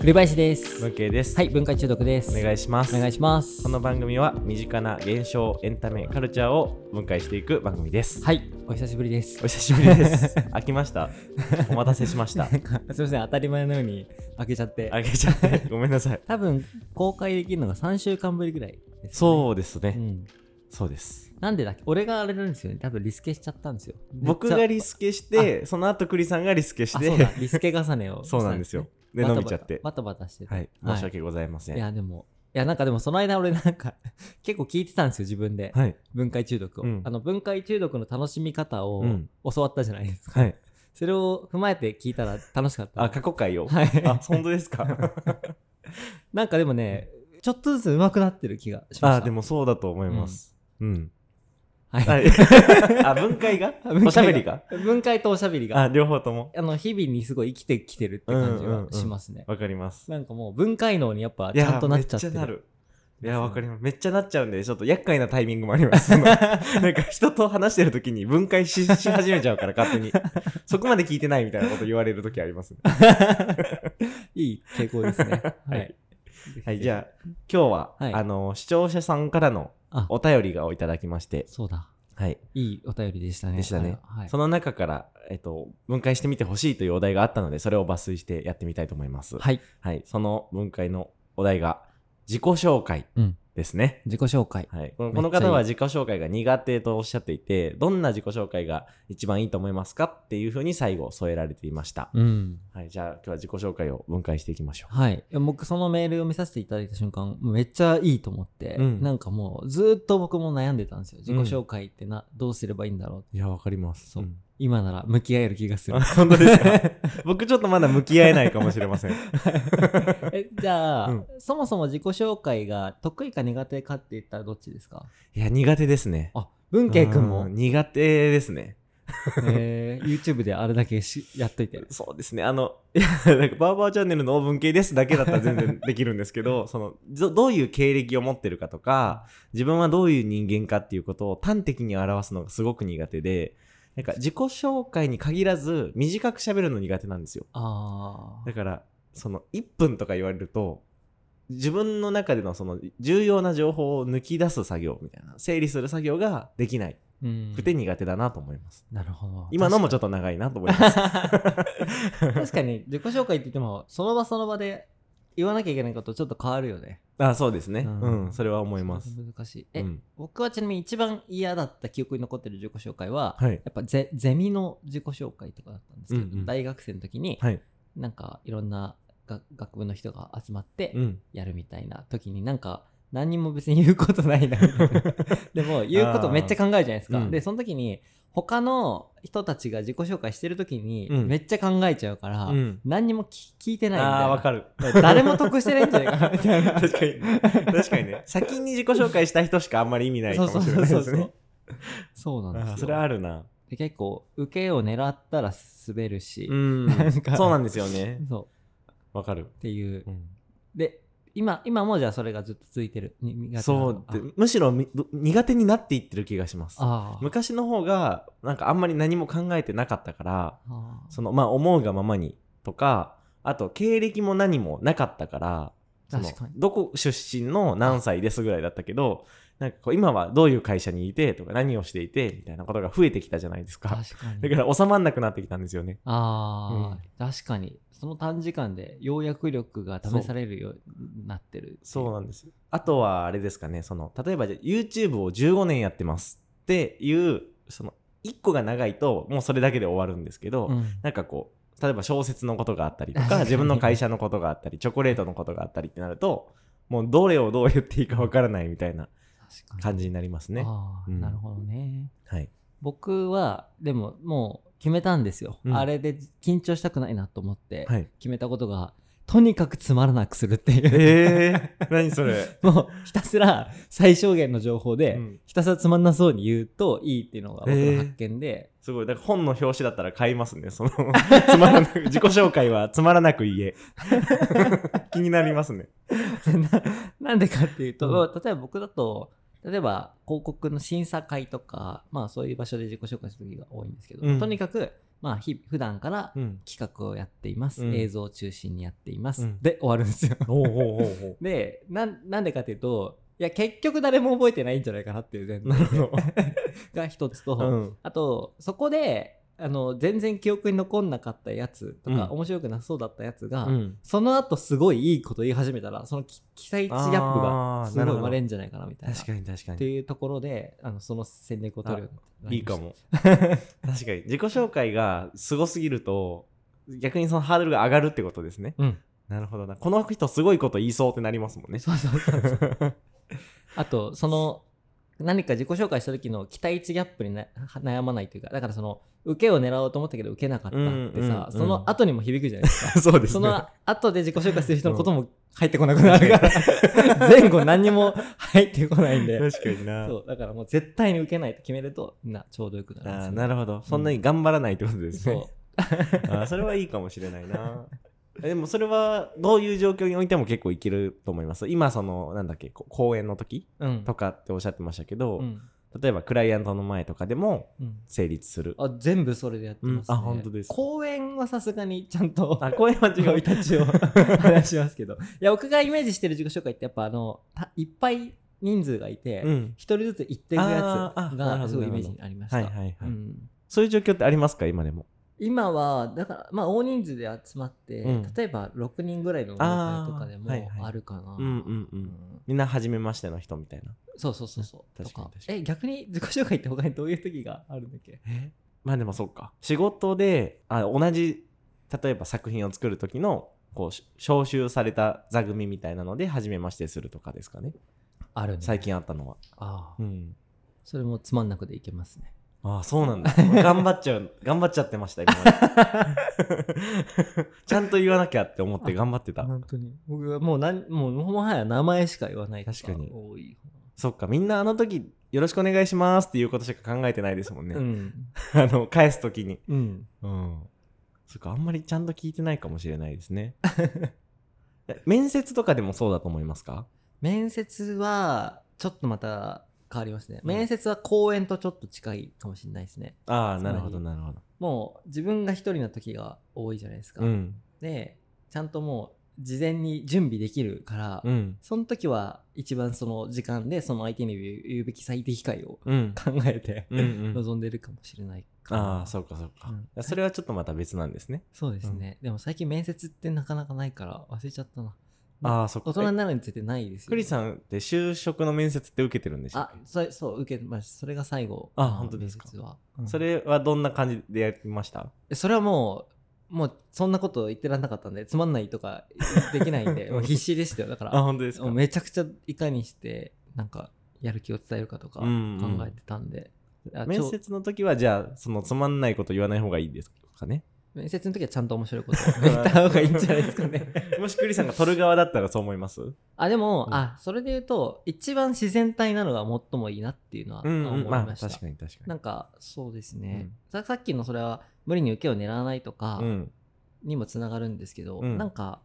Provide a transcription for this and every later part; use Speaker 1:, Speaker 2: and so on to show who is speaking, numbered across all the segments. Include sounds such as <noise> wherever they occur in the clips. Speaker 1: 古林です。
Speaker 2: 無形です、
Speaker 1: はい、文化中毒です。
Speaker 2: お願いします
Speaker 1: お願いします。
Speaker 2: この番組は身近な現象エンタメカルチャーを分解していく番組です、
Speaker 1: はい、お久しぶりです
Speaker 2: お。久しぶりです飽きましたお待たせしま
Speaker 1: <laughs>
Speaker 2: した
Speaker 1: なんか <laughs> すみません、当たり前のように開けちゃって。
Speaker 2: あげちゃってごめんな
Speaker 1: <laughs>
Speaker 2: さい
Speaker 1: 多分公開できるのが3週間ぶりぐらいです。
Speaker 2: そうですね、
Speaker 1: うん。
Speaker 2: そうです
Speaker 1: なんでだっけ俺があれなんですよね。多分リスケしちゃったんですよ。
Speaker 2: 僕
Speaker 1: め
Speaker 2: が
Speaker 1: っち
Speaker 2: リスケしてその後栗さんがリスケ
Speaker 1: ゃ
Speaker 2: し
Speaker 1: あそうだ
Speaker 2: て、
Speaker 1: リスケ重ねを。
Speaker 2: <laughs> そうなんですよ。で
Speaker 1: バタバ
Speaker 2: 伸び
Speaker 1: タ
Speaker 2: ちゃって
Speaker 1: バタバタしてて。
Speaker 2: はい申し訳ございませ
Speaker 1: い
Speaker 2: ん
Speaker 1: や、でも、いや、なんかでもその間俺なんか <laughs> 結構聞いてたんですよ、自分で。
Speaker 2: はい
Speaker 1: 分解中毒を、
Speaker 2: うん
Speaker 1: あの分解中毒の楽しみ方を
Speaker 2: うん
Speaker 1: 教わったじゃないですか、
Speaker 2: はい
Speaker 1: それを踏まえて聞いたら楽しかった
Speaker 2: あ過去回を、
Speaker 1: はい
Speaker 2: あ本当で
Speaker 1: <laughs>
Speaker 2: すか
Speaker 1: なんかでもねちょっとずつ上手くなってる気がしました
Speaker 2: あでもそうだと思いますうん、
Speaker 1: はい、
Speaker 2: はいあ分解が
Speaker 1: <laughs> 分解が
Speaker 2: おしゃべりが
Speaker 1: 分解とおしゃべりがあ
Speaker 2: あ両方とも
Speaker 1: の日々にすごい生きてきてるって感じ
Speaker 2: うんうん
Speaker 1: は
Speaker 2: うん
Speaker 1: しますね、
Speaker 2: わかります
Speaker 1: なんかもう分解能にやっぱ
Speaker 2: い
Speaker 1: ち
Speaker 2: や
Speaker 1: ゃんとなっちゃって
Speaker 2: めっちゃなるいや
Speaker 1: そう
Speaker 2: わかりますめっちゃなっちゃうんでちょっと厄介なタイミングもありま
Speaker 1: <laughs>
Speaker 2: すそのなんか人と話してる時に分解しし始めちゃうから
Speaker 1: <laughs>
Speaker 2: 勝手にそこまで聞いてないみたいなこと言われる時あります、ね、
Speaker 1: いい傾向です
Speaker 2: <laughs>
Speaker 1: ねは
Speaker 2: はいい、はいじゃあ今日は、
Speaker 1: はい
Speaker 2: あの視聴者さんからの
Speaker 1: あ
Speaker 2: お便りをいただきまして
Speaker 1: そうだ
Speaker 2: はい
Speaker 1: いいお便りでしたね
Speaker 2: でしたね
Speaker 1: あれははい
Speaker 2: その中から、えっと、分解してみてほしいというお題があったので、それを抜粋してやってみたいと思います。はい。
Speaker 1: はい、
Speaker 2: その分解のお題が、自己紹介
Speaker 1: うん
Speaker 2: ですね。
Speaker 1: 自己紹介
Speaker 2: はい、この
Speaker 1: めっちゃ
Speaker 2: こ
Speaker 1: い
Speaker 2: の
Speaker 1: い
Speaker 2: 方は自己紹介が苦手とおっしゃっていてどんな自己紹介が一番いいと思いますかっていうふうに最後添えられていました、
Speaker 1: うん
Speaker 2: はい、じゃあ今日は自己紹介を分解していきましょ
Speaker 1: はい、いや僕そのメールを見させていただいた瞬間めっちゃいいと思って、
Speaker 2: うん
Speaker 1: なんかもうずーっと僕も悩んでたんですよ自己紹介ってな、どうすればいいんだろう
Speaker 2: ういやわかります
Speaker 1: そう今なら向き合える気が
Speaker 2: <laughs>
Speaker 1: する
Speaker 2: 本当ですか僕ちょっとまだ向き合えないかもしれません
Speaker 1: えじゃあ、
Speaker 2: うん
Speaker 1: そもそも自己紹介が得意か苦手かって言ったらどっちですか
Speaker 2: いや苦手ですね
Speaker 1: あ文慶君
Speaker 2: う
Speaker 1: も
Speaker 2: ん、苦手ですね
Speaker 1: えー YouTube であれだけしやっといて
Speaker 2: そうですね。あの、 <laughs> いや、なんか、バーバーチャンネルのオーブン系ですだけだったら全然できるんですけど、そのど、どういう経歴を持ってるかとか、自分はどういう人間かっていうことを端的に表すのがすごく苦手で、なんか、自己紹介に限らず、短く喋るの苦手なんですよ。
Speaker 1: あ
Speaker 2: だから、その、1分とか言われると、自分の中でのその重要な情報を抜き出す作業みたいな整理する作業ができない
Speaker 1: ーうん
Speaker 2: くて苦手だなと思います、
Speaker 1: なるほど
Speaker 2: 今のもちょっと長いなと思います <laughs>
Speaker 1: 確かに自己紹介って言ってもその場その場で言わなきゃいけないことちょっと変わるよね
Speaker 2: あそうですね
Speaker 1: うん
Speaker 2: うん、それは思います
Speaker 1: 難しいえ、
Speaker 2: うん
Speaker 1: 僕はちなみに一番嫌だった記憶に残ってる自己紹介は、
Speaker 2: はい。
Speaker 1: やっぱゼゼミの自己紹介とかだったんですけど、
Speaker 2: うんうん
Speaker 1: 大学生の時に、
Speaker 2: はい。
Speaker 1: なんかいろんなが学部の人が集まって
Speaker 2: うん。
Speaker 1: やるみたいな時になんか何にも別に言うことない
Speaker 2: <laughs>
Speaker 1: なみたいなでも言うことめっちゃ考えるじゃないですか、
Speaker 2: うん
Speaker 1: でその時に他の人たちが自己紹介してる時に
Speaker 2: うん
Speaker 1: めっちゃ考えちゃうから、
Speaker 2: うん。
Speaker 1: 何にも聞聞いてないみたい
Speaker 2: あ
Speaker 1: な
Speaker 2: あ、わかる。
Speaker 1: 誰も得してないんじゃないかなみたいな
Speaker 2: <laughs> 確かに。確かにね。先に自己紹介した人しかあんまり意味ないか
Speaker 1: そう
Speaker 2: もし
Speaker 1: そう
Speaker 2: れ
Speaker 1: そ
Speaker 2: な
Speaker 1: うそ
Speaker 2: いで
Speaker 1: う
Speaker 2: す
Speaker 1: そ
Speaker 2: ね
Speaker 1: う。そうなんです
Speaker 2: あ
Speaker 1: よ
Speaker 2: ーそれはあるな。
Speaker 1: で結構受けを狙ったら滑るし、
Speaker 2: うん
Speaker 1: なんか。
Speaker 2: そうなんですよね。
Speaker 1: そう
Speaker 2: わかる
Speaker 1: っ。ていう
Speaker 2: うん
Speaker 1: で今今もじゃあそれがずっと続いてるに苦手なの
Speaker 2: そうで。むしろみど苦手になっていってる気がします。
Speaker 1: ああ
Speaker 2: 昔の方が、なんかあんまり何も考えてなかったから、
Speaker 1: ああ
Speaker 2: その、まあ、思うがままにとか、あと、経歴も何もなかったから、その
Speaker 1: 確かに
Speaker 2: どこ出身の何歳ですぐらいだったけど、なんかこう、今はどういう会社にいてとか、何をしていてみたいなことが増えてきたじゃないですか。
Speaker 1: 確かに
Speaker 2: だから収まんなくなってきたんですよね。
Speaker 1: ああ、確かにその短時間で要約力が試されるようになってる
Speaker 2: そうなんですよ。あとは、あれですかね、その、例えばじゃあ YouTube を15年やってますっていう、その、1個が長いと、もうそれだけで終わるんですけど、
Speaker 1: うん
Speaker 2: なんかこう、例えば小説のことがあったりと
Speaker 1: 確か
Speaker 2: か、
Speaker 1: に
Speaker 2: 自分の会社のことがあったり、チョコレートのことがあったりってなると、もうどれをどう言っていいかわからないみたいな
Speaker 1: 確かに
Speaker 2: 感じになりますね。
Speaker 1: ああ、
Speaker 2: うん
Speaker 1: なるほどね
Speaker 2: はい。
Speaker 1: 僕はでももう決めたんですよ、
Speaker 2: うん
Speaker 1: あれで緊張したくないなと思って
Speaker 2: はい。
Speaker 1: 決めたことが、とにかくつまらなくするっていう
Speaker 2: ええー、何それ。
Speaker 1: <laughs> もうひたすら最小限の情報で、
Speaker 2: うん
Speaker 1: ひたすらつまんなそうに言うといいっていうのが僕の発見で、 <laughs>
Speaker 2: すごい。だから本の表紙だったら買いますね。その、 <laughs> つまらなく、自己紹介はつまらなく言え。 <laughs> 気になりますね。
Speaker 1: ななんでかっていうと、
Speaker 2: う
Speaker 1: 例えば僕だと例えば広告の審査会とかまあそういう場所で自己紹介する時が多いんですけど、
Speaker 2: うん
Speaker 1: とにかくまあひ普段から
Speaker 2: うん。
Speaker 1: 企画をやっています、
Speaker 2: うん
Speaker 1: 映像を中心にやっています、
Speaker 2: うん
Speaker 1: で終わるんですよ
Speaker 2: おうおうおうおう
Speaker 1: でなんなんでかっていうといや結局誰も覚えてないんじゃないかなっていう前
Speaker 2: な
Speaker 1: 提
Speaker 2: るほ
Speaker 1: が一つと、
Speaker 2: ど。うん。
Speaker 1: あとそこであの全然記憶に残んなかったやつとか、
Speaker 2: うん
Speaker 1: 面白くなそうだったやつが、
Speaker 2: うん。
Speaker 1: その後すごいいいこと言い始めたらそのき期待値ギャップが
Speaker 2: あー
Speaker 1: すごい生まれんじゃないかなみたいな
Speaker 2: 確かに確か
Speaker 1: って
Speaker 2: に。
Speaker 1: いうところであのその戦略を取るようになりました
Speaker 2: いいか
Speaker 1: <laughs>
Speaker 2: も。確かに。自己紹介がすごすぎると、逆にそのハードルが上がるってことですね。
Speaker 1: うん
Speaker 2: なるほどな。この人すごいこと言いそうってなりますもんね。
Speaker 1: そうそうそうそうあとその何か自己紹介した時の期待値ギャップにな悩まないというかだからその受けを狙おうと思ったけど受けなかったって
Speaker 2: うんうんう
Speaker 1: さ
Speaker 2: ん
Speaker 1: その後にも響くじゃないです
Speaker 2: <laughs>
Speaker 1: か
Speaker 2: <laughs> そうです
Speaker 1: そ
Speaker 2: ね。
Speaker 1: の後で自己紹介する人のことも入ってこなくなるから
Speaker 2: <laughs>
Speaker 1: 前後何にも入ってこないんで
Speaker 2: 確かにな。
Speaker 1: そうだからもう絶対に受けないと決めるとみんなちょうどよくなるんです
Speaker 2: あ
Speaker 1: よ
Speaker 2: ー
Speaker 1: ね
Speaker 2: なるほど。そんなに頑張らないってことですね。
Speaker 1: そう
Speaker 2: <laughs> あーそれはいいかもしれないな <laughs> えでもそれはどういう状況においても結構いけると思います今そのなんだっけこ公演の時
Speaker 1: うん
Speaker 2: とかっておっしゃってましたけど、
Speaker 1: うん
Speaker 2: 例えばクライアントの前とかでも
Speaker 1: うん
Speaker 2: 成立する
Speaker 1: あ全部それでやってます、ね
Speaker 2: うんあ本当です
Speaker 1: 公演はさすがにちゃんと
Speaker 2: あ公演は違
Speaker 1: <laughs> 違う
Speaker 2: う
Speaker 1: いたちを話しますけ
Speaker 2: <laughs>
Speaker 1: どいや僕がイメージしてる自己紹介ってやっぱあのたいっぱい人数がいて
Speaker 2: うん
Speaker 1: 一、人ずつ行っていくや
Speaker 2: あーあ
Speaker 1: つ
Speaker 2: なるほど
Speaker 1: がすごいイメージにありました、
Speaker 2: はいはいはい、
Speaker 1: うん
Speaker 2: そういう状況ってありますか今でも
Speaker 1: 今はだからまあ大人数で集まって、
Speaker 2: うん
Speaker 1: 例えば6人ぐらいの飲み会とかで
Speaker 2: あーはい
Speaker 1: も
Speaker 2: はい
Speaker 1: あるかな、
Speaker 2: うんうんう
Speaker 1: うんん
Speaker 2: みんな初めましての人みたいな
Speaker 1: そうそうそうそうと
Speaker 2: 確かに
Speaker 1: か
Speaker 2: 確かに
Speaker 1: え逆に自己紹介って他にどういう時があるんだっけ
Speaker 2: えまあでもそうか仕事であ同じ例えば作品を作る時のこうし招集された座組みたいなので初めましてするとかですかね
Speaker 1: あるね
Speaker 2: 最近あったのは、
Speaker 1: ああ
Speaker 2: うん、
Speaker 1: それもつまんなくでいけますね
Speaker 2: ああそうなんだ頑張っちゃう <laughs> 頑張っちゃってました今まで <laughs> ちゃんと言わなきゃって思って頑張ってた
Speaker 1: 本当に僕はもうなんもうもはや名前しか言わないと
Speaker 2: 確かに
Speaker 1: 多い
Speaker 2: そっかみんなあの時よろしくお願いしますっていうことしか考えてないですもんね、
Speaker 1: うん、
Speaker 2: <laughs> あの返す時に
Speaker 1: うん、
Speaker 2: うんそっかあんまりちゃんと聞いてないかもしれないですね <laughs> え面接とかでもそうだと思いますか
Speaker 1: 面接はちょっとまた変わりますね、
Speaker 2: うん
Speaker 1: 面接は公演とちょっと近いかもしれないですね
Speaker 2: ああなる
Speaker 1: つま
Speaker 2: ほ
Speaker 1: り
Speaker 2: どなるほど
Speaker 1: もう自分が一人の時が多いじゃないですか、
Speaker 2: うん
Speaker 1: でちゃんともう事前に準備できるから、
Speaker 2: うん
Speaker 1: その時は一番その時間でその相手に言うべき最適解を
Speaker 2: うん
Speaker 1: 考えて、
Speaker 2: うんうん
Speaker 1: 望んでるかもしれないかな
Speaker 2: ああそうかそうか、
Speaker 1: うん
Speaker 2: それはちょっとまた別なんですね
Speaker 1: そうですね、でも最近面接ってなかなかないから忘れちゃったな
Speaker 2: ああそっか
Speaker 1: 大人になるについてないですよ、
Speaker 2: クリさんって就職の面接って受けてるんでしたっ
Speaker 1: あそうそう受けましたそれが最後
Speaker 2: あ
Speaker 1: の
Speaker 2: 本当ですか
Speaker 1: 面接は、
Speaker 2: け
Speaker 1: そ
Speaker 2: そ
Speaker 1: れ
Speaker 2: れはどんな感じでやりました
Speaker 1: それはもうもうそんなこと言ってらんなかったんでつまんないとかできないん
Speaker 2: <laughs>
Speaker 1: で
Speaker 2: うん
Speaker 1: もう必死でしたよだから
Speaker 2: あ本当ですか
Speaker 1: もうめちゃくちゃいかにしてなんかやる気を伝えるかとか考
Speaker 2: うんうん
Speaker 1: えてたんで、あちょ
Speaker 2: 面接の時はじゃあそのつまんないこと言わない方がいい
Speaker 1: <laughs>
Speaker 2: ですかね
Speaker 1: 面接の時はちゃんと面白いこと
Speaker 2: <laughs>
Speaker 1: を言った方がいいんじゃないですかね
Speaker 2: もしクリさんが取る側だったらそう思います
Speaker 1: あでも、
Speaker 2: うん
Speaker 1: あそれで言うと一番自然体なのが最もいいなっていうのは
Speaker 2: うん、
Speaker 1: 思
Speaker 2: うん、
Speaker 1: い
Speaker 2: まあ
Speaker 1: ました、
Speaker 2: 確かに確か
Speaker 1: な
Speaker 2: に
Speaker 1: んかそうですね、ささっきのそれは無理に受けを狙わないとか、
Speaker 2: うん
Speaker 1: にもつながるんですけど、
Speaker 2: うん
Speaker 1: なんか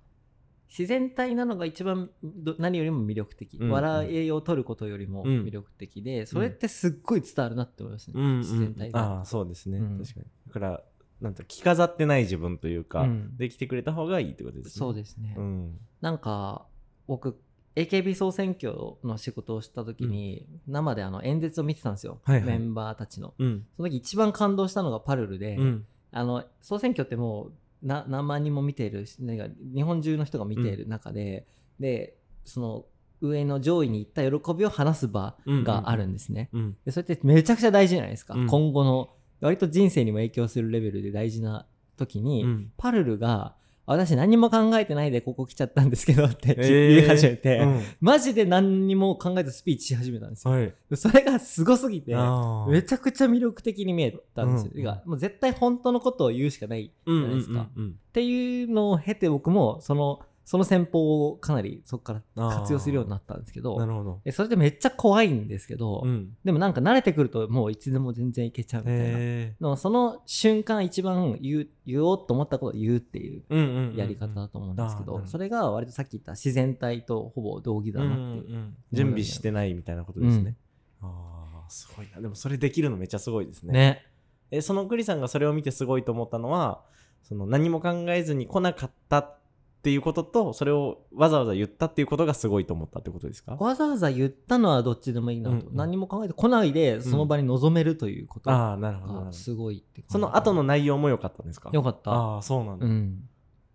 Speaker 1: 自然体なのが一番ど何よりも魅力的、
Speaker 2: うん
Speaker 1: 笑いを取ることよりも
Speaker 2: うん
Speaker 1: 魅力的で、それってすっごい伝わるなって思いますね、
Speaker 2: うんうん
Speaker 1: 自然体が。
Speaker 2: ああそうですね、
Speaker 1: うん
Speaker 2: 確かにだからなんと着飾ってない自分というか、
Speaker 1: うん
Speaker 2: できてくれた方がいいってことですね
Speaker 1: そうですね、
Speaker 2: うん
Speaker 1: なんか僕 AKB 総選挙の仕事をした時に、生であの演説を見てたんですよ、
Speaker 2: はいはい
Speaker 1: メンバーたちの。
Speaker 2: うん
Speaker 1: その時一番感動したのがパルルで、
Speaker 2: うん
Speaker 1: あの総選挙ってもうな何万人も見ているしなんか日本中の人が見ている中で、でその上の上位に行った喜びを話す場があるんですね、
Speaker 2: うん
Speaker 1: でそれってめちゃくちゃ大事じゃないですか、
Speaker 2: うん
Speaker 1: 今後の割と人生にも影響するレベルで大事な時に、
Speaker 2: うん
Speaker 1: パルルが「私何も考えてないでここ来ちゃったんですけど」って
Speaker 2: えー
Speaker 1: 言い始めて、
Speaker 2: うん
Speaker 1: マジで何にも考えずスピーチし始めたんですよ、
Speaker 2: はい
Speaker 1: それがすごすぎて
Speaker 2: ああ
Speaker 1: めちゃくちゃ魅力的に見えたんですよ。
Speaker 2: うん
Speaker 1: てかもう絶対本当のことを言うしかないっ
Speaker 2: うん
Speaker 1: ゃないですか
Speaker 2: うんうん
Speaker 1: ていうのを経て僕もそのその戦法をかなりそこから活用するようになったんですけ
Speaker 2: うんな
Speaker 1: ど
Speaker 2: るほど
Speaker 1: えそれでめっちゃ怖いんですけど、
Speaker 2: うん
Speaker 1: でもなんか慣れてくるともういつでも全然いけちゃうみたいな、
Speaker 2: へえ
Speaker 1: のその瞬間一番言う言おうと思ったことを言うっていう
Speaker 2: うんうんうんうん
Speaker 1: やり方だと思うんですけど、
Speaker 2: あーなるほど
Speaker 1: それが割とさっき言った自然体とほぼ同義だなっていう。
Speaker 2: うんうん準備してないみたいなことですね、ああすごいなでもそれできるのめっちゃすごいですね
Speaker 1: ね
Speaker 2: えその栗さんがそれを見てすごいと思ったのはその何も考えずに来なかったっていうこととそれをわざわざ言ったっていうことがすごいと思ったってことですか
Speaker 1: わざわざ言ったのはどっちでもいいなと、
Speaker 2: うんうん
Speaker 1: 何も考えてこないでその場に臨めるということが
Speaker 2: ああなるほどなるほど
Speaker 1: すごいって感じ
Speaker 2: その後の内容も良かったんですか
Speaker 1: よかった
Speaker 2: ああそうなんだ、
Speaker 1: うん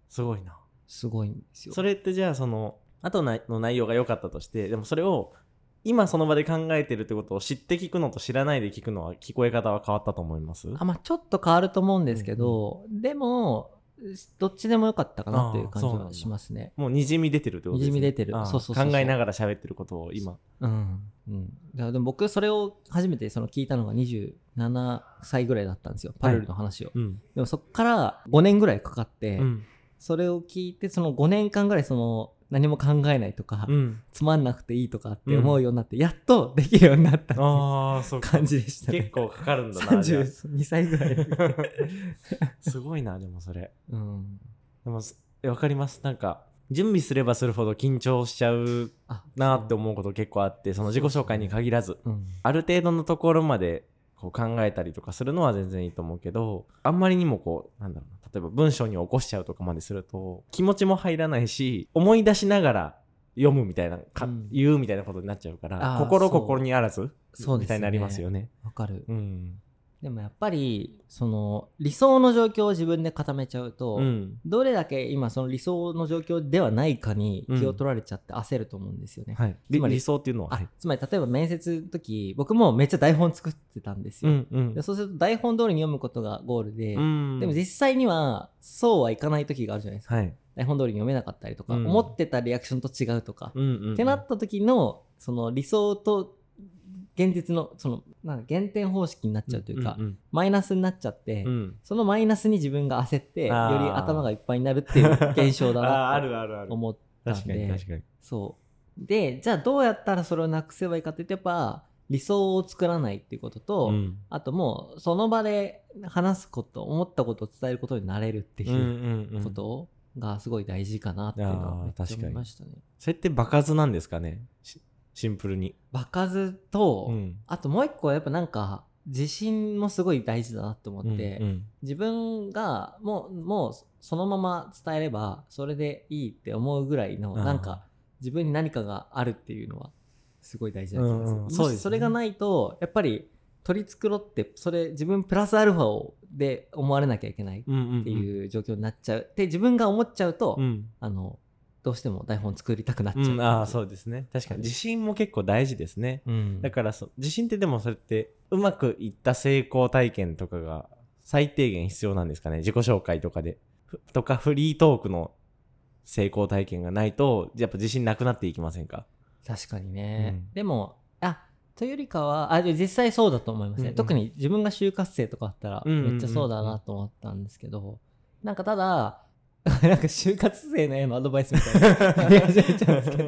Speaker 2: すごいな
Speaker 1: すごいんですよ
Speaker 2: それってじゃあその後の内容が良かったとしてでもそれを今その場で考えてるってことを知って聞くのと知らないで聞くのは聞こえ方は変わったと思います
Speaker 1: あまあちょっと変わると思うんですけど、でもどっちでもよかったかなという感じ
Speaker 2: あーそうなん
Speaker 1: は
Speaker 2: だ
Speaker 1: しますね
Speaker 2: もうにじみ出てるってことですね
Speaker 1: にじみ出てる
Speaker 2: ああ
Speaker 1: そうそうそうそう
Speaker 2: 考えながら喋ってることを今
Speaker 1: うん、うん、だからでも僕それを初めてその聞いたのが27歳ぐらいだったんですよパルルの話を、
Speaker 2: うん、
Speaker 1: でもそっから5年ぐらいかかって、
Speaker 2: うん
Speaker 1: それを聞いてその5年間ぐらいその何も考えないとか、
Speaker 2: うん、
Speaker 1: つまんなくていいとかって思うようになって、やっとできるようになったっていう
Speaker 2: ああそうか
Speaker 1: 感じでした
Speaker 2: 結
Speaker 1: ね
Speaker 2: 構かかるんだなじゃあ
Speaker 1: 32歳ぐらい、
Speaker 2: <laughs> すごいなでもそれ
Speaker 1: うん、
Speaker 2: でもすわかりますなんか準備すればするほど緊張しちゃう
Speaker 1: あ
Speaker 2: なって思うこと結構あってその自己紹介に限らず
Speaker 1: う、うん、
Speaker 2: ある程度のところまでこう考えたりとかするのは全然いいと思うけどあんまりにもこうなんだろうな例えば文章に起こしちゃうとかまですると気持ちも入らないし思い出しながら読むみたいなか、
Speaker 1: うん
Speaker 2: 言うみたいなことになっちゃうから
Speaker 1: あー
Speaker 2: 心
Speaker 1: そう
Speaker 2: 心にあらず
Speaker 1: そうですね
Speaker 2: みたいになりますよね。
Speaker 1: わかる
Speaker 2: うん、
Speaker 1: でもやっぱりその理想の状況を自分で固めちゃうと、
Speaker 2: うん、
Speaker 1: どれだけ今その理想の状況ではないかに気を取られちゃって焦ると思うんですよね、
Speaker 2: はい
Speaker 1: つまり
Speaker 2: 理理想っていうのは、は
Speaker 1: あ
Speaker 2: い、
Speaker 1: つまり例えば面接の時僕もめっちゃ台本作ってたんです
Speaker 2: う
Speaker 1: よ、
Speaker 2: んうん
Speaker 1: でそうすると台本通りに読むことがゴールで、
Speaker 2: うん
Speaker 1: でも実際にはそうはいかない時があるじゃないですか
Speaker 2: はい、
Speaker 1: 台本通りに読めなかったりとか、
Speaker 2: うん
Speaker 1: 思ってたリアクションと違うとか、
Speaker 2: うんうんうん
Speaker 1: ってなった時のその理想と現実のそのなんか減点方式になっちゃうというか、
Speaker 2: ん
Speaker 1: マイナスになっちゃって、
Speaker 2: うんうん
Speaker 1: そのマイナスに自分が焦ってより
Speaker 2: あー
Speaker 1: 頭がいっぱいになるっていう現象だ
Speaker 2: <laughs> あーあ
Speaker 1: な
Speaker 2: るあるある
Speaker 1: と思ったん
Speaker 2: 確かに
Speaker 1: で
Speaker 2: 確かに
Speaker 1: そうでじゃあどうやったらそれをなくせばいいかって言ってやっぱ理想を作らないっていうことと、
Speaker 2: うん
Speaker 1: あともうその場で話すこと思ったことを伝えることになれるって
Speaker 2: うん
Speaker 1: いう
Speaker 2: うんうん
Speaker 1: ことがすごい大事かなっていうのはめっ
Speaker 2: あー
Speaker 1: ちゃ
Speaker 2: 確か
Speaker 1: 思い
Speaker 2: に
Speaker 1: ましたね。
Speaker 2: それって場数なんですかねしシンプルに。
Speaker 1: 場数と、
Speaker 2: うん
Speaker 1: あともう一個はやっぱなんか自信もすごい大事だなと思って、
Speaker 2: うんうん
Speaker 1: 自分がもうもうそのまま伝えればそれでいいって思うぐらいの
Speaker 2: あー
Speaker 1: なんか自分に何かがあるっていうのはすごい大事な気がす
Speaker 2: う
Speaker 1: る、
Speaker 2: んうん
Speaker 1: も
Speaker 2: そうですね
Speaker 1: しそれがないとやっぱり取り繕ってそれ自分プラスアルファをで思われなきゃいけないっ
Speaker 2: うんうん、
Speaker 1: ていう状況になっちゃうって自分が思っちゃうと、
Speaker 2: うん、
Speaker 1: あのどうしても台本作りたくなっちゃう、
Speaker 2: うん、ああそうですね確かに自信も結構大事ですね
Speaker 1: うん
Speaker 2: だからそ自信ってでもそれってうまくいった成功体験とかが最低限必要なんですかね自己紹介とかでふとかフリートークの成功体験がないとやっぱ自信なくなっていきませんか <laughs>
Speaker 1: 確かにね、
Speaker 2: うん
Speaker 1: でもあというよりかはあで実際そうだと思いますね、
Speaker 2: うんうん
Speaker 1: 特に自分が就活生とかだったら
Speaker 2: うんうんうんうん
Speaker 1: めっちゃそうだなと思ったんですけど、なんかただ <laughs> なんか就活生のへのアドバイスみた <laughs> い
Speaker 2: <laughs>
Speaker 1: なやり始めちゃうんですけ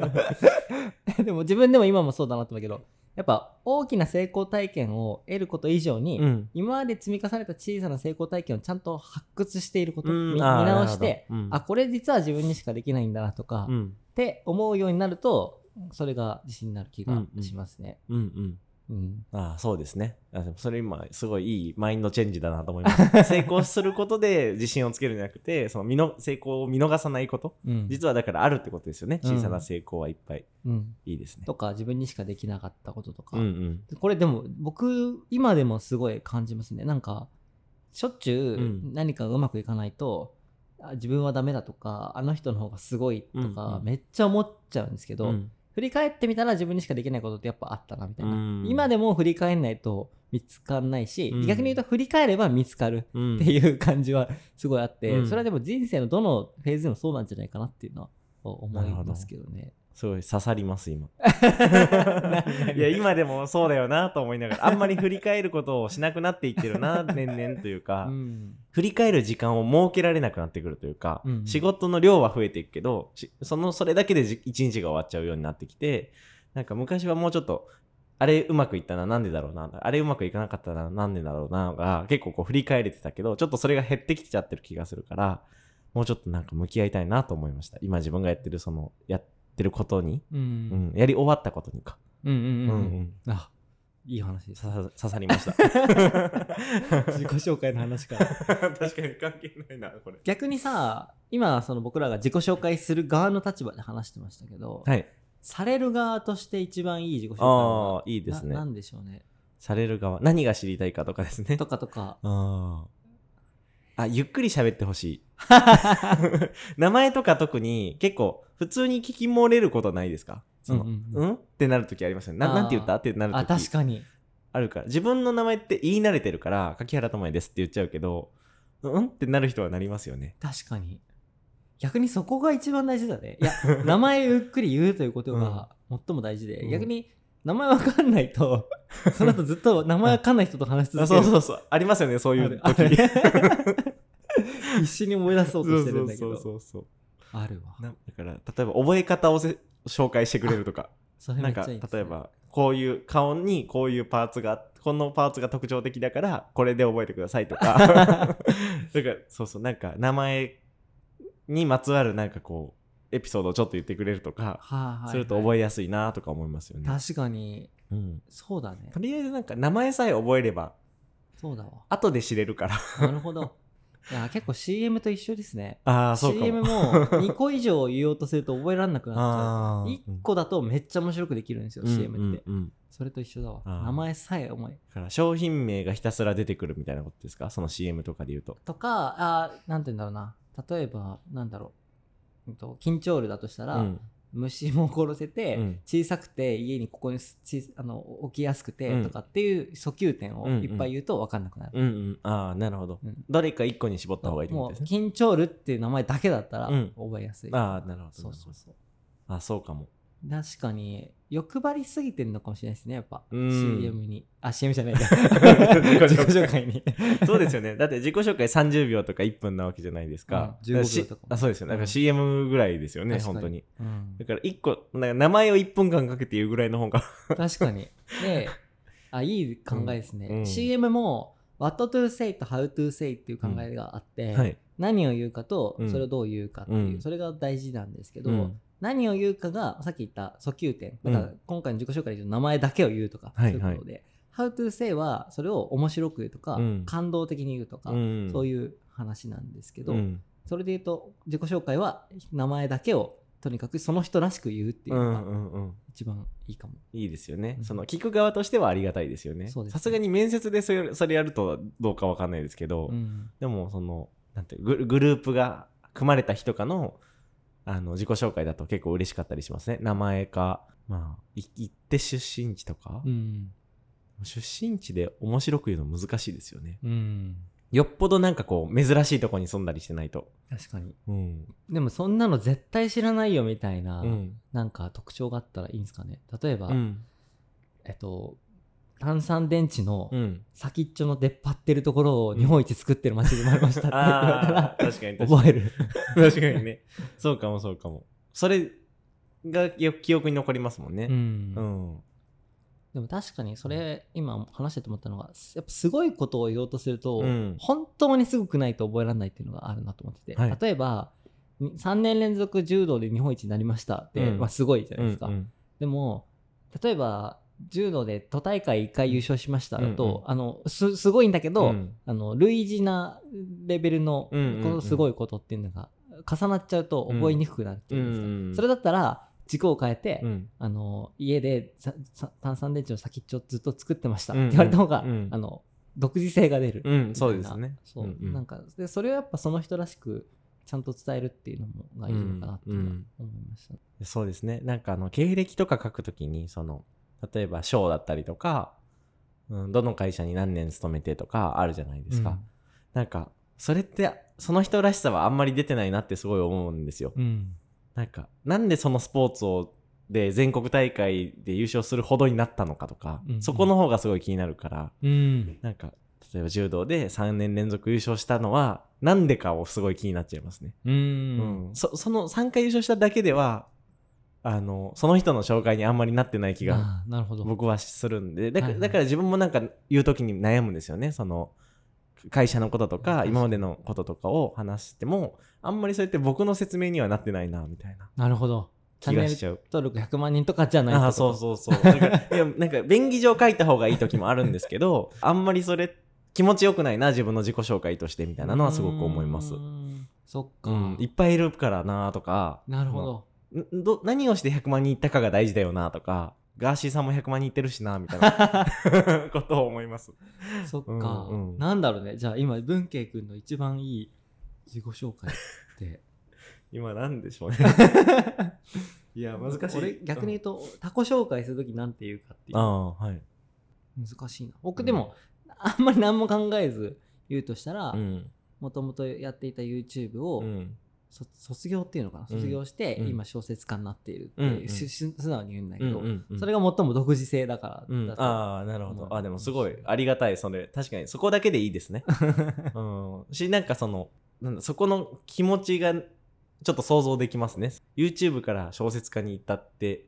Speaker 1: ど <laughs> でも自分でも今もそうだなと思うけどやっぱ大きな成功体験を得ること以上に、
Speaker 2: うん
Speaker 1: 今まで積み重ねた小さな成功体験をちゃんと発掘していること、
Speaker 2: うん
Speaker 1: み見
Speaker 2: あー
Speaker 1: 直して、
Speaker 2: なるほどうん
Speaker 1: あこれ実は自分にしかできないんだなとか、
Speaker 2: うん
Speaker 1: って思うようになるとそれが自信になる気がしますね。
Speaker 2: うんうん
Speaker 1: うん
Speaker 2: ああそうですねあでもそれ今すごいいいマインドチェンジだなと思いま
Speaker 1: <laughs>
Speaker 2: す成功することで自信をつけるんじゃなくてその見の成功を見逃さないこと
Speaker 1: うん
Speaker 2: 実はだからあるってことですよね
Speaker 1: うん
Speaker 2: 小さな成功はいっぱい、
Speaker 1: うん
Speaker 2: いいですね
Speaker 1: とか自分にしかできなかったこととか、
Speaker 2: うんうん
Speaker 1: これでも僕今でもすごい感じますねなんかしょっちゅ
Speaker 2: う
Speaker 1: う何かがうまくいかないと、あ自分はダメだとかあの人の方がすごいと
Speaker 2: うん
Speaker 1: か、
Speaker 2: うん
Speaker 1: めっちゃ思っちゃうんですけど、
Speaker 2: うん
Speaker 1: 振り返ってみたら自分にしかできないことってやっぱあったなみたいな、
Speaker 2: うん
Speaker 1: 今でも振り返んないと見つかんないし、
Speaker 2: うん
Speaker 1: 逆に言うと振り返れば見つかる
Speaker 2: うん
Speaker 1: っていう感じはすごいあって、
Speaker 2: うん
Speaker 1: それはでも人生のどのフェーズでもそうなんじゃないかなっていうのは思いますけどね。
Speaker 2: すごい刺さります今
Speaker 1: <laughs> 何
Speaker 2: いや今でもそうだよなと思いながらあんまり振り返ることをしなくなっていってるな年々というか、
Speaker 1: <laughs> うん
Speaker 2: 振り返る時間を設けられなくなってくるというか、
Speaker 1: うん
Speaker 2: 仕事の量は増えていくけどしそのそれだけでじ一日が終わっちゃうようになってきてなんか昔はもうちょっとあれうまくいったななんでだろうなあれうまくいかなかったななんでだろうなが結構こう振り返れてたけどちょっとそれが減ってきちゃってる気がするからもうちょっとなんか向き合いたいなと思いました今自分がやってるそのやってることに、
Speaker 1: うん
Speaker 2: うんやり終わったことにか、
Speaker 1: うんうんう
Speaker 2: うん
Speaker 1: ん
Speaker 2: うん
Speaker 1: あいい話です
Speaker 2: さ刺さりました
Speaker 1: <laughs> 自己紹介の話から
Speaker 2: <laughs> 確かに関係ないなこれ
Speaker 1: <laughs> 逆にさ今その僕らが自己紹介する側の立場で話してましたけど、
Speaker 2: はい
Speaker 1: される側として一番いい自己紹介は
Speaker 2: ああいいですね
Speaker 1: ななんでしょうね
Speaker 2: される側何が知りたいかとかですね
Speaker 1: とかとか
Speaker 2: <laughs> あーあゆっくり喋ってほし
Speaker 1: <laughs>
Speaker 2: い名前とか特に結構普通に聞き漏れることないですかその、
Speaker 1: う
Speaker 2: うんん
Speaker 1: うんう
Speaker 2: ってなるときありますよね
Speaker 1: あ
Speaker 2: な
Speaker 1: ー
Speaker 2: なんて言ったってなる
Speaker 1: あ
Speaker 2: とき
Speaker 1: 確かに
Speaker 2: あるから自分の名前って言い慣れてるから柿原智也ですって言っちゃうけどうんってなる人はなりますよね
Speaker 1: 確かに逆にそこが一番大事だね
Speaker 2: <laughs>
Speaker 1: いや名前ゆっくり言うということが最も大事で、
Speaker 2: うん
Speaker 1: 逆に名前わかんない
Speaker 2: <laughs>
Speaker 1: とその後ずっと名前わかんない人と話し
Speaker 2: あ
Speaker 1: 続け
Speaker 2: そ
Speaker 1: る
Speaker 2: うそうそうありますよねそうい
Speaker 1: あ
Speaker 2: う
Speaker 1: るあ
Speaker 2: 時
Speaker 1: る <laughs> 必死に思い出そうとしてるんだけ
Speaker 2: そうそう
Speaker 1: ど
Speaker 2: そうそう
Speaker 1: あるわ
Speaker 2: なだから例えば覚え方をせ紹介してくれるとか
Speaker 1: それ
Speaker 2: <laughs>
Speaker 1: め
Speaker 2: な
Speaker 1: っ
Speaker 2: ん
Speaker 1: ちゃ
Speaker 2: か
Speaker 1: いいですね
Speaker 2: 例えばこういう顔にこういうパーツがこのパーツが特徴的だからこれで覚えてください
Speaker 1: <laughs>
Speaker 2: とかだからそうそうなんか名前にまつわるなんかこうエピソードをちょっと言ってくれるとか
Speaker 1: はいはいはい
Speaker 2: すると覚えやすいなとか思いますよね、
Speaker 1: 確かに
Speaker 2: うん、
Speaker 1: そうだね
Speaker 2: とりあえずなんか名前さえ覚えれば
Speaker 1: そうだわ
Speaker 2: 後で知れるから
Speaker 1: <laughs> なるほどいや結構 CM と一緒ですね
Speaker 2: ああそうか
Speaker 1: CM
Speaker 2: も
Speaker 1: も2個以上言おうとすると覚えられなく
Speaker 2: <laughs>
Speaker 1: なっちゃう
Speaker 2: ああ
Speaker 1: 1個だとめっちゃ面白くできるんですよ CM って、
Speaker 2: うんうんうん
Speaker 1: それと一緒だわ
Speaker 2: あー
Speaker 1: 名前さえ思い
Speaker 2: だから商品名がひたすら出てくるみたいなことですかその CM とかで言うと
Speaker 1: とかあーなんて言うんだろうな例えばなんだろううんと緊張るだとしたら、
Speaker 2: うん
Speaker 1: 虫も殺せて、
Speaker 2: うん
Speaker 1: 小さくて家にここにすちあの起きやすく
Speaker 2: う
Speaker 1: て
Speaker 2: ん
Speaker 1: とかっていう訴求点をいっぱい言うと分かんなくなる、
Speaker 2: うんうんああなるほど
Speaker 1: うん
Speaker 2: どれか一個に絞った方がいいってこ
Speaker 1: も
Speaker 2: と
Speaker 1: う
Speaker 2: ですね
Speaker 1: 緊張るっていう名前だけだったら
Speaker 2: うん
Speaker 1: 覚えやすい、
Speaker 2: ああなるほど
Speaker 1: そうそうそう
Speaker 2: あそうかも
Speaker 1: 確かに欲張りすぎてんのかもしれないですねやっぱ
Speaker 2: うん
Speaker 1: CM にあ CM じゃないか
Speaker 2: 介
Speaker 1: 自己紹介に
Speaker 2: そうですよねだって自己紹介30秒とか1分なわけじゃないですか、
Speaker 1: うん15秒
Speaker 2: だらし
Speaker 1: とかも
Speaker 2: あそうですよねだか
Speaker 1: うん
Speaker 2: ら CM ぐらいですよね、
Speaker 1: 確かに
Speaker 2: 本当に
Speaker 1: うん
Speaker 2: だから1個なんか名前を1分間かけて言うぐらいの方が
Speaker 1: 確かにであいい考えですね、
Speaker 2: うんうん
Speaker 1: CM も What to say と How to say っていう考えがあって、
Speaker 2: はい、
Speaker 1: 何を言うかと
Speaker 2: うん
Speaker 1: それをどう言うかっていう、
Speaker 2: うん
Speaker 1: それが大事なんですけど、
Speaker 2: うん
Speaker 1: 何を言うかがさっき言った訴求点だから
Speaker 2: うん
Speaker 1: 今回の自己紹介で言うと名前だけを言うとかそう
Speaker 2: はい
Speaker 1: いうことで「How to say」はそれを面白く言うとか、
Speaker 2: うん
Speaker 1: 感動的に言うとか、
Speaker 2: うん
Speaker 1: そういう話なんですけど、
Speaker 2: うん
Speaker 1: それで言うと自己紹介は名前だけをとにかくその人らしく言うっていう
Speaker 2: う
Speaker 1: の
Speaker 2: ん
Speaker 1: が
Speaker 2: うんうん
Speaker 1: 一番いいかも、
Speaker 2: いいですよね、
Speaker 1: うん
Speaker 2: その聞く側としてはありがたいですよね
Speaker 1: そうですね
Speaker 2: さすがに面接でそれそれやるとどうかわかんないですけど、
Speaker 1: うん
Speaker 2: でもそのなんていうグルグループが組まれた日とかのあの自己紹介だと結構嬉しかったりしますね名前かまあい行って出身地とか、
Speaker 1: うん
Speaker 2: 出身地で面白く言うの難しいですよね
Speaker 1: うん
Speaker 2: よっぽどなんかこう珍しいとこに住んだりしてないと
Speaker 1: 確かに
Speaker 2: うん、
Speaker 1: でもそんなの絶対知らないよみたいな、
Speaker 2: うん
Speaker 1: なんか特徴があったらいいんですかね例えば、
Speaker 2: うん
Speaker 1: えっと、炭酸電池の
Speaker 2: うん、
Speaker 1: 先っちょの出っ張ってるところを
Speaker 2: うん
Speaker 1: 日本一作ってる街で生まれましたって言われた
Speaker 2: あ
Speaker 1: ら
Speaker 2: <laughs> ー確かに確か
Speaker 1: 覚える。
Speaker 2: に確かにねそうかもそうかもそれがよ記憶に残りますもん
Speaker 1: う
Speaker 2: ね
Speaker 1: ん
Speaker 2: うん、
Speaker 1: でも確かにそれ今話してて思ったのがやっぱすごいことを言おうとすると、
Speaker 2: うん
Speaker 1: 本当にすごくないと覚えられないっていうのがあるなと思ってて、
Speaker 2: はい
Speaker 1: 例えばに3年連続柔道で日本一になりましたって、
Speaker 2: うん
Speaker 1: まあ、すごいじゃないですか。
Speaker 2: うんうん
Speaker 1: でも例えば柔道で都大会1回優勝しましただと、
Speaker 2: うんうん
Speaker 1: あのすすごいんだけど、
Speaker 2: うん
Speaker 1: あの類似なレベルのこ
Speaker 2: うんうんうん
Speaker 1: のすごいことっていうのが重なっちゃうと覚えにくくなるっていうんですか、
Speaker 2: うんうん
Speaker 1: それだったら軸を変えて、
Speaker 2: うん
Speaker 1: あの家でささ炭酸電池の先っちょずっと作ってましたっ
Speaker 2: う
Speaker 1: て
Speaker 2: んうん
Speaker 1: 言われた方が、
Speaker 2: うん
Speaker 1: あの独自性が出るみたいな、
Speaker 2: うんそうですね
Speaker 1: そう、
Speaker 2: うんうん
Speaker 1: なんかでそれをやっぱその人らしくちゃんと伝えるっていうのもがいいのかなっていうのは思いました、
Speaker 2: そうですね。なんかあの経歴とか書くときに、その、例えば賞だったりとか、うん、どの会社に何年勤めてとかあるじゃないですか。なんか、それって、その人らしさはあんまり出てないなってすごい思うんですよ。
Speaker 1: うんうん
Speaker 2: なんか、なんでそのスポーツを、で、全国大会で優勝するほどになったのかとか、
Speaker 1: うんうん
Speaker 2: そこの方がすごい気になるから、
Speaker 1: うん、
Speaker 2: なんか、例えば柔道で3年連続優勝したのは、なんでかをすごい気になっちゃいますね。
Speaker 1: うん
Speaker 2: うんそその3回優勝しただけではあのその人の紹介にあんまりなってない気が
Speaker 1: あーなるほど
Speaker 2: 僕はするんでだか,、
Speaker 1: はいはい
Speaker 2: だから自分もなんか言う時に悩むんですよねその会社のことと
Speaker 1: 確
Speaker 2: か
Speaker 1: かに
Speaker 2: 今までのこととかを話してもあんまりそれって僕の説明にはなってないなみたいな
Speaker 1: なるほど
Speaker 2: 気がしちゃう。
Speaker 1: 登録100万人とかじゃない
Speaker 2: ああそうそうそう。なんか、いや、なんか、便宜上書いた方がいい時もあるんです
Speaker 1: <laughs>
Speaker 2: けど、あんまりそれ、気持ちよくないな、自分の自己紹介としてみたいなのはすごく思います
Speaker 1: うー。んそっか、
Speaker 2: うん、いっぱいいるからなとか、
Speaker 1: なるほど
Speaker 2: んど何をして100万人いったかが大事だよなとか、ガーシーさんも100万人いってるしな、みたい <laughs> なことを思います。
Speaker 1: <laughs> そっか、
Speaker 2: うんうん
Speaker 1: なんだろうねじゃあ今文慶君の一番いい自己紹介って
Speaker 2: 今なんでしょうね。 <laughs> いや、 <laughs> 難しい。
Speaker 1: 俺逆に言うと他己紹介する時なんて言うかってい
Speaker 2: うん、あ
Speaker 1: う
Speaker 2: あ、はい。
Speaker 1: 難しいな
Speaker 2: う
Speaker 1: 僕
Speaker 2: ん
Speaker 1: でも、あんまり何も考えず言うとしたら
Speaker 2: うん。
Speaker 1: もともとやっていた YouTube を、
Speaker 2: うん。
Speaker 1: そ卒業っていうのかな卒業して、
Speaker 2: うん
Speaker 1: 今小説家になっているって、
Speaker 2: うんうん
Speaker 1: しし素直に言うんだけど、
Speaker 2: うんうん
Speaker 1: それが最も独自性だからだ
Speaker 2: うん、
Speaker 1: と
Speaker 2: ああなるほど、
Speaker 1: うん
Speaker 2: あでもすごいありがたいそれ確かにそこだけでいいです
Speaker 1: <laughs>
Speaker 2: ね、うん、しなんかそのなんだそこの気持ちがちょっと想像できますね YouTube から小説家に行ったって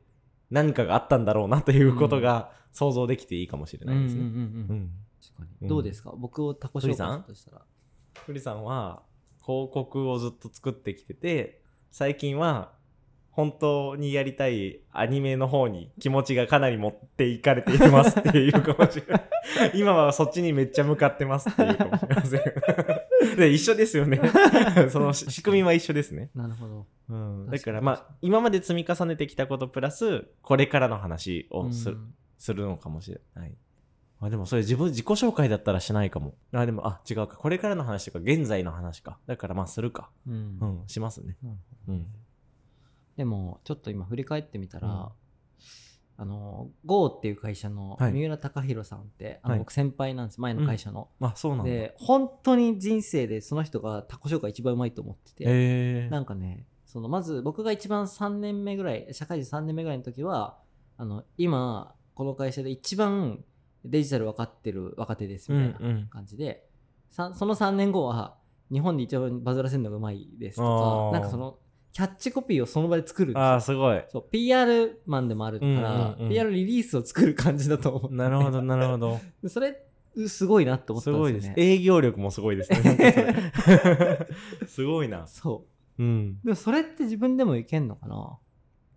Speaker 2: 何かがあったんだろうなということが想像できていいかもしれ
Speaker 1: う
Speaker 2: なんいうで
Speaker 1: んう
Speaker 2: す
Speaker 1: んう
Speaker 2: ねうんん
Speaker 1: 確か
Speaker 2: う
Speaker 1: に
Speaker 2: ん
Speaker 1: どうですか僕を他己紹介するとしたら
Speaker 2: ふりさんは広告をずっと作ってきてて最近は本当にやりたいアニメの方に気持ちがかなり持っていかれていますっていうかもしれない今はそっちにめっちゃ向かってますっていうかもしれませ
Speaker 1: <laughs>
Speaker 2: んで一緒ですよねその仕組みは一緒ですね、
Speaker 1: なるほど
Speaker 2: うん、
Speaker 1: 確か
Speaker 2: だ
Speaker 1: に
Speaker 2: からまあ今まで積み重ねてきたことプラスこれからの話をする,、
Speaker 1: うん
Speaker 2: するのかもしれない。あでもそれ自分自己紹介だったらしないかも。あでもあ違うかこれからの話とか現在の話か。だからまあするか。
Speaker 1: うん
Speaker 2: うんしますね。
Speaker 1: なる
Speaker 2: うん。
Speaker 1: でもちょっと今振り返ってみたら、
Speaker 2: うん
Speaker 1: あの GO っていう会社の
Speaker 2: はい
Speaker 1: 三浦貴大さんって、あの
Speaker 2: はい
Speaker 1: 僕先輩なんです前の会社の、
Speaker 2: まあそうなんだ。へ
Speaker 1: で本当に人生でその人が他己紹介一番うまいと思ってて、
Speaker 2: え
Speaker 1: なんかねそのまず僕が一番3年目ぐらい社会人3年目ぐらいの時はあの今この会社で一番デジタル分かってる若手です
Speaker 2: うん
Speaker 1: み
Speaker 2: う。
Speaker 1: たいなん感じで、さその3年後は日本で一番バズらせるのがうまいです
Speaker 2: あ
Speaker 1: と
Speaker 2: ー
Speaker 1: かなんかそのキャッチコピーをその場で作るんです
Speaker 2: ああ
Speaker 1: よ
Speaker 2: すごい。
Speaker 1: そう PR マンでもあるから、
Speaker 2: うんうんうん
Speaker 1: PR リリースを作る感じだと思う
Speaker 2: なるほどなるほど。
Speaker 1: でそれすごいなって思った
Speaker 2: す
Speaker 1: んですよ
Speaker 2: ご
Speaker 1: ね
Speaker 2: いです。営業力もすごいですね。なんかそ
Speaker 1: <laughs>
Speaker 2: れすごいな。
Speaker 1: そ
Speaker 2: うん。
Speaker 1: うでもそれって自分でもいけんのかな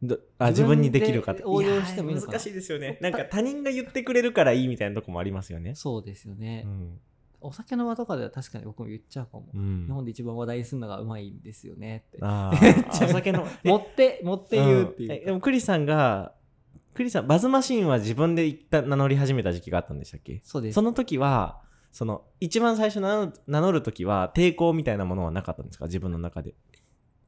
Speaker 2: どあ自分にできるかって
Speaker 1: 自分で応用してもいいのかな
Speaker 2: や難しいですよね。なんか他人が言ってくれるからいいみたいなとこもありますよね。
Speaker 1: そうですよね、
Speaker 2: うん。
Speaker 1: お酒の場とかでは確かに僕も言っちゃうかも、
Speaker 2: うん
Speaker 1: 日本で一番話題にするのがうまいんですよねって
Speaker 2: あ
Speaker 1: ちゃ
Speaker 2: あ、お酒の。
Speaker 1: <laughs> 持って持って言うっていう
Speaker 2: え
Speaker 1: か、
Speaker 2: でもクリさんがクリさんバズマシーンは自分で一旦名乗り始めた時期があったんでしたっけ
Speaker 1: そうです
Speaker 2: その時はその一番最初名乗る名乗る時は抵抗みたいなものはなかったんですか自分の <laughs> 中で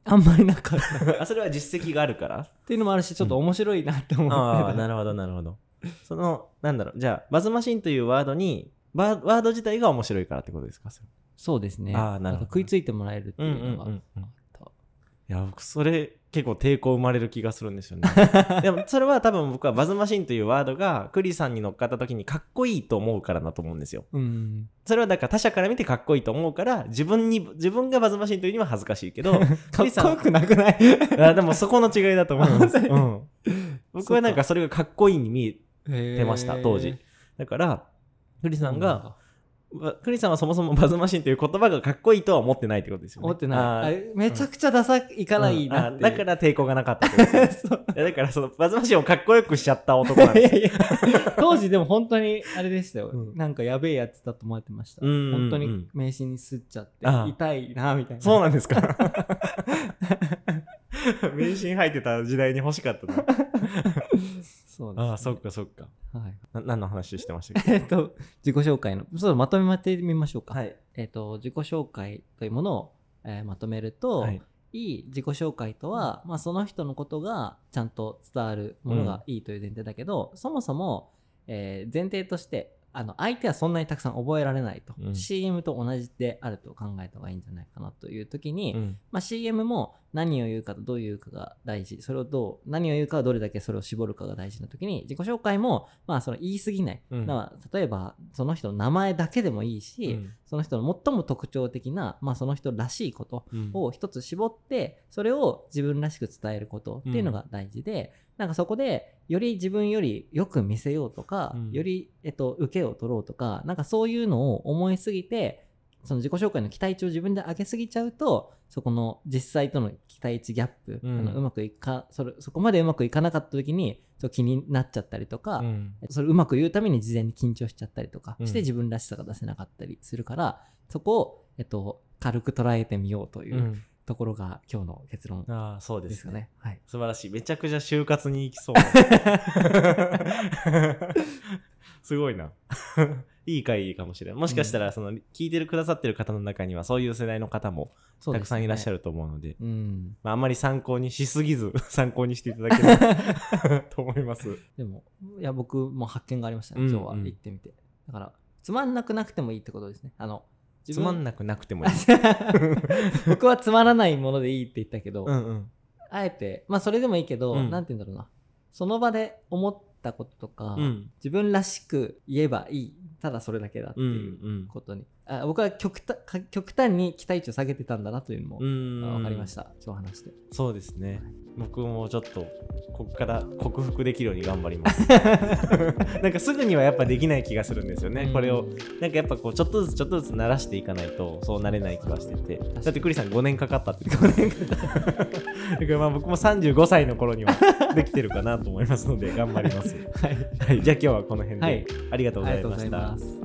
Speaker 1: あんまりなかったっ
Speaker 2: あそれは実績があるから
Speaker 1: ていうのもあるしちょっと面白いなって思って
Speaker 2: <laughs> あ
Speaker 1: た、
Speaker 2: あなるほどなるほどそのなんだろうじゃあバズマシーンというワードにバワード自体が面白いからってことですかそれ
Speaker 1: そうですね
Speaker 2: あーなるほど
Speaker 1: んか食いついてもらえるっていうのがあった、
Speaker 2: いや僕それ結構抵抗生まれる気がするんですよね <laughs> でもそれは多分僕はバズマシンというワードがクリさんに乗っかった時にかっこいいと思うからだと思うんですよ
Speaker 1: うん
Speaker 2: それはだから他者から見てかっこいいと思うから自分に自分がバズマシンというには恥ずかしいけ
Speaker 1: か
Speaker 2: ど <laughs>
Speaker 1: っ
Speaker 2: 栗さん
Speaker 1: こよくなくない
Speaker 2: あでもそこの違いだと思います、
Speaker 1: あ本 <laughs>
Speaker 2: うん、僕はなんかそれがかっこいいに見え
Speaker 1: 出
Speaker 2: ました当時だからクリさんが、わクリさんはそもそもバズマシンという言葉がかっこいいとは思ってないってことですよね
Speaker 1: 思って
Speaker 2: あー
Speaker 1: ないあめちゃくちゃダサいかないなっていう、
Speaker 2: うんあだから抵抗がなかったってこ
Speaker 1: <laughs>
Speaker 2: とですいやだからそのバズマシンをかっこよくしちゃった男なん
Speaker 1: い
Speaker 2: です
Speaker 1: やいや当時でも本当にあれでしたよ、
Speaker 2: うん
Speaker 1: なんかやべえやつだと思ってました、
Speaker 2: うんうんうん
Speaker 1: 本当に迷信にすっちゃって
Speaker 2: ああ
Speaker 1: 痛いなみたいな
Speaker 2: そうなんですか <laughs> 迷信入ってた時代に欲しかったな
Speaker 1: <laughs> そうですね
Speaker 2: ああそっかそっか
Speaker 1: はい、
Speaker 2: な何の話してましたっ
Speaker 1: <laughs>
Speaker 2: け
Speaker 1: えっと自己紹介のそうまとめてみましょうか、
Speaker 2: い、
Speaker 1: えっと自己紹介というものを、えーまとめると、
Speaker 2: はい
Speaker 1: い、い自己紹介とは、まあ、その人のことがちゃんと伝わるものがいいという前提だけど、そもそも、えー前提としてあの相手はそんなにたくさん覚えられないと、
Speaker 2: うん
Speaker 1: CM と同じであると考えた方がいいんじゃないかなという時に、
Speaker 2: うん
Speaker 1: まあ、CM も何を言うかとどういうかが大事それをどう何を言うかはどれだけそれを絞るかが大事な時に自己紹介も、まあ、その言い過ぎない、
Speaker 2: うん
Speaker 1: まあ例えばその人の名前だけでもいいし、その人の最も特徴的な、まあ、その人らしいこと
Speaker 2: うん
Speaker 1: を一つ絞ってそれを自分らしく伝えることっていうのが大事で、なんかそこでより自分よりよく見せようとか、
Speaker 2: うん
Speaker 1: より、えっと、受けを取ろうとかなんかそういうのを思いすぎてその自己紹介の期待値を自分で上げすぎちゃうとそこの実際との期待値ギャップ、
Speaker 2: うん
Speaker 1: あのうまくいかそれそこまでうまくいかなかった時にそう気になっちゃったりとか、
Speaker 2: うん
Speaker 1: それうまく言うために事前に緊張しちゃったりとかして
Speaker 2: うん
Speaker 1: 自分らしさが出せなかったりするから、そこを、えっと、軽く捉えてみようといううんところが今日の結論
Speaker 2: ああそうで
Speaker 1: です
Speaker 2: す
Speaker 1: か
Speaker 2: ね
Speaker 1: ね。はい、
Speaker 2: 素晴らしいめちゃくちゃ就活に
Speaker 1: <laughs>
Speaker 2: 行きそうすごいな <laughs> いい回かもしれないもしかしたらその聞いてるくださってる方の中にはそういう世代の方も
Speaker 1: そう
Speaker 2: た
Speaker 1: ですね
Speaker 2: くさんいらっしゃると思うので
Speaker 1: うん、
Speaker 2: まあ、あんまり参考にしすぎず <laughs> 参考にしていただけれ
Speaker 1: <laughs>
Speaker 2: ばと思います。
Speaker 1: でもいや僕も発見がありましたね、
Speaker 2: うんうん
Speaker 1: 今日は行ってみてだからつまんなくなくてもいいってことですねあの
Speaker 2: つまん
Speaker 1: な
Speaker 2: なくなくてもいい。
Speaker 1: <laughs> 僕はつまらないものでいいって言ったけど、
Speaker 2: うんうん。
Speaker 1: あえてまあそれでもいいけど、
Speaker 2: うん
Speaker 1: なんて言うんだろうなその場で思ったこととか、
Speaker 2: うん
Speaker 1: 自分らしく言えばいいただそれだけだって
Speaker 2: うんう。
Speaker 1: いうんことに、あ僕は極端か極端に期待値を下げてたんだなというのも、
Speaker 2: うん
Speaker 1: 分かりまし。た今日話して
Speaker 2: そうですね。僕もちょっとここから克服できるように頑張
Speaker 1: <laughs>
Speaker 2: ります。 <laughs> なんかすぐにはやっぱできない気がするんですよね。これをなんかやっぱこうちょっとずつちょっとずつ慣らしていかないとそうなれない気がしてて。
Speaker 1: に
Speaker 2: だってクリさん5年かかったって言って年かかった。だからまあ僕も35歳の頃にはできてるかなと思いますので頑張ります。
Speaker 1: はい
Speaker 2: はい、じゃあ今日はこの辺で、
Speaker 1: はい
Speaker 2: ありがとうご
Speaker 1: あ
Speaker 2: ざ
Speaker 1: りがとう
Speaker 2: いま
Speaker 1: ござ
Speaker 2: し
Speaker 1: い
Speaker 2: た
Speaker 1: ま。す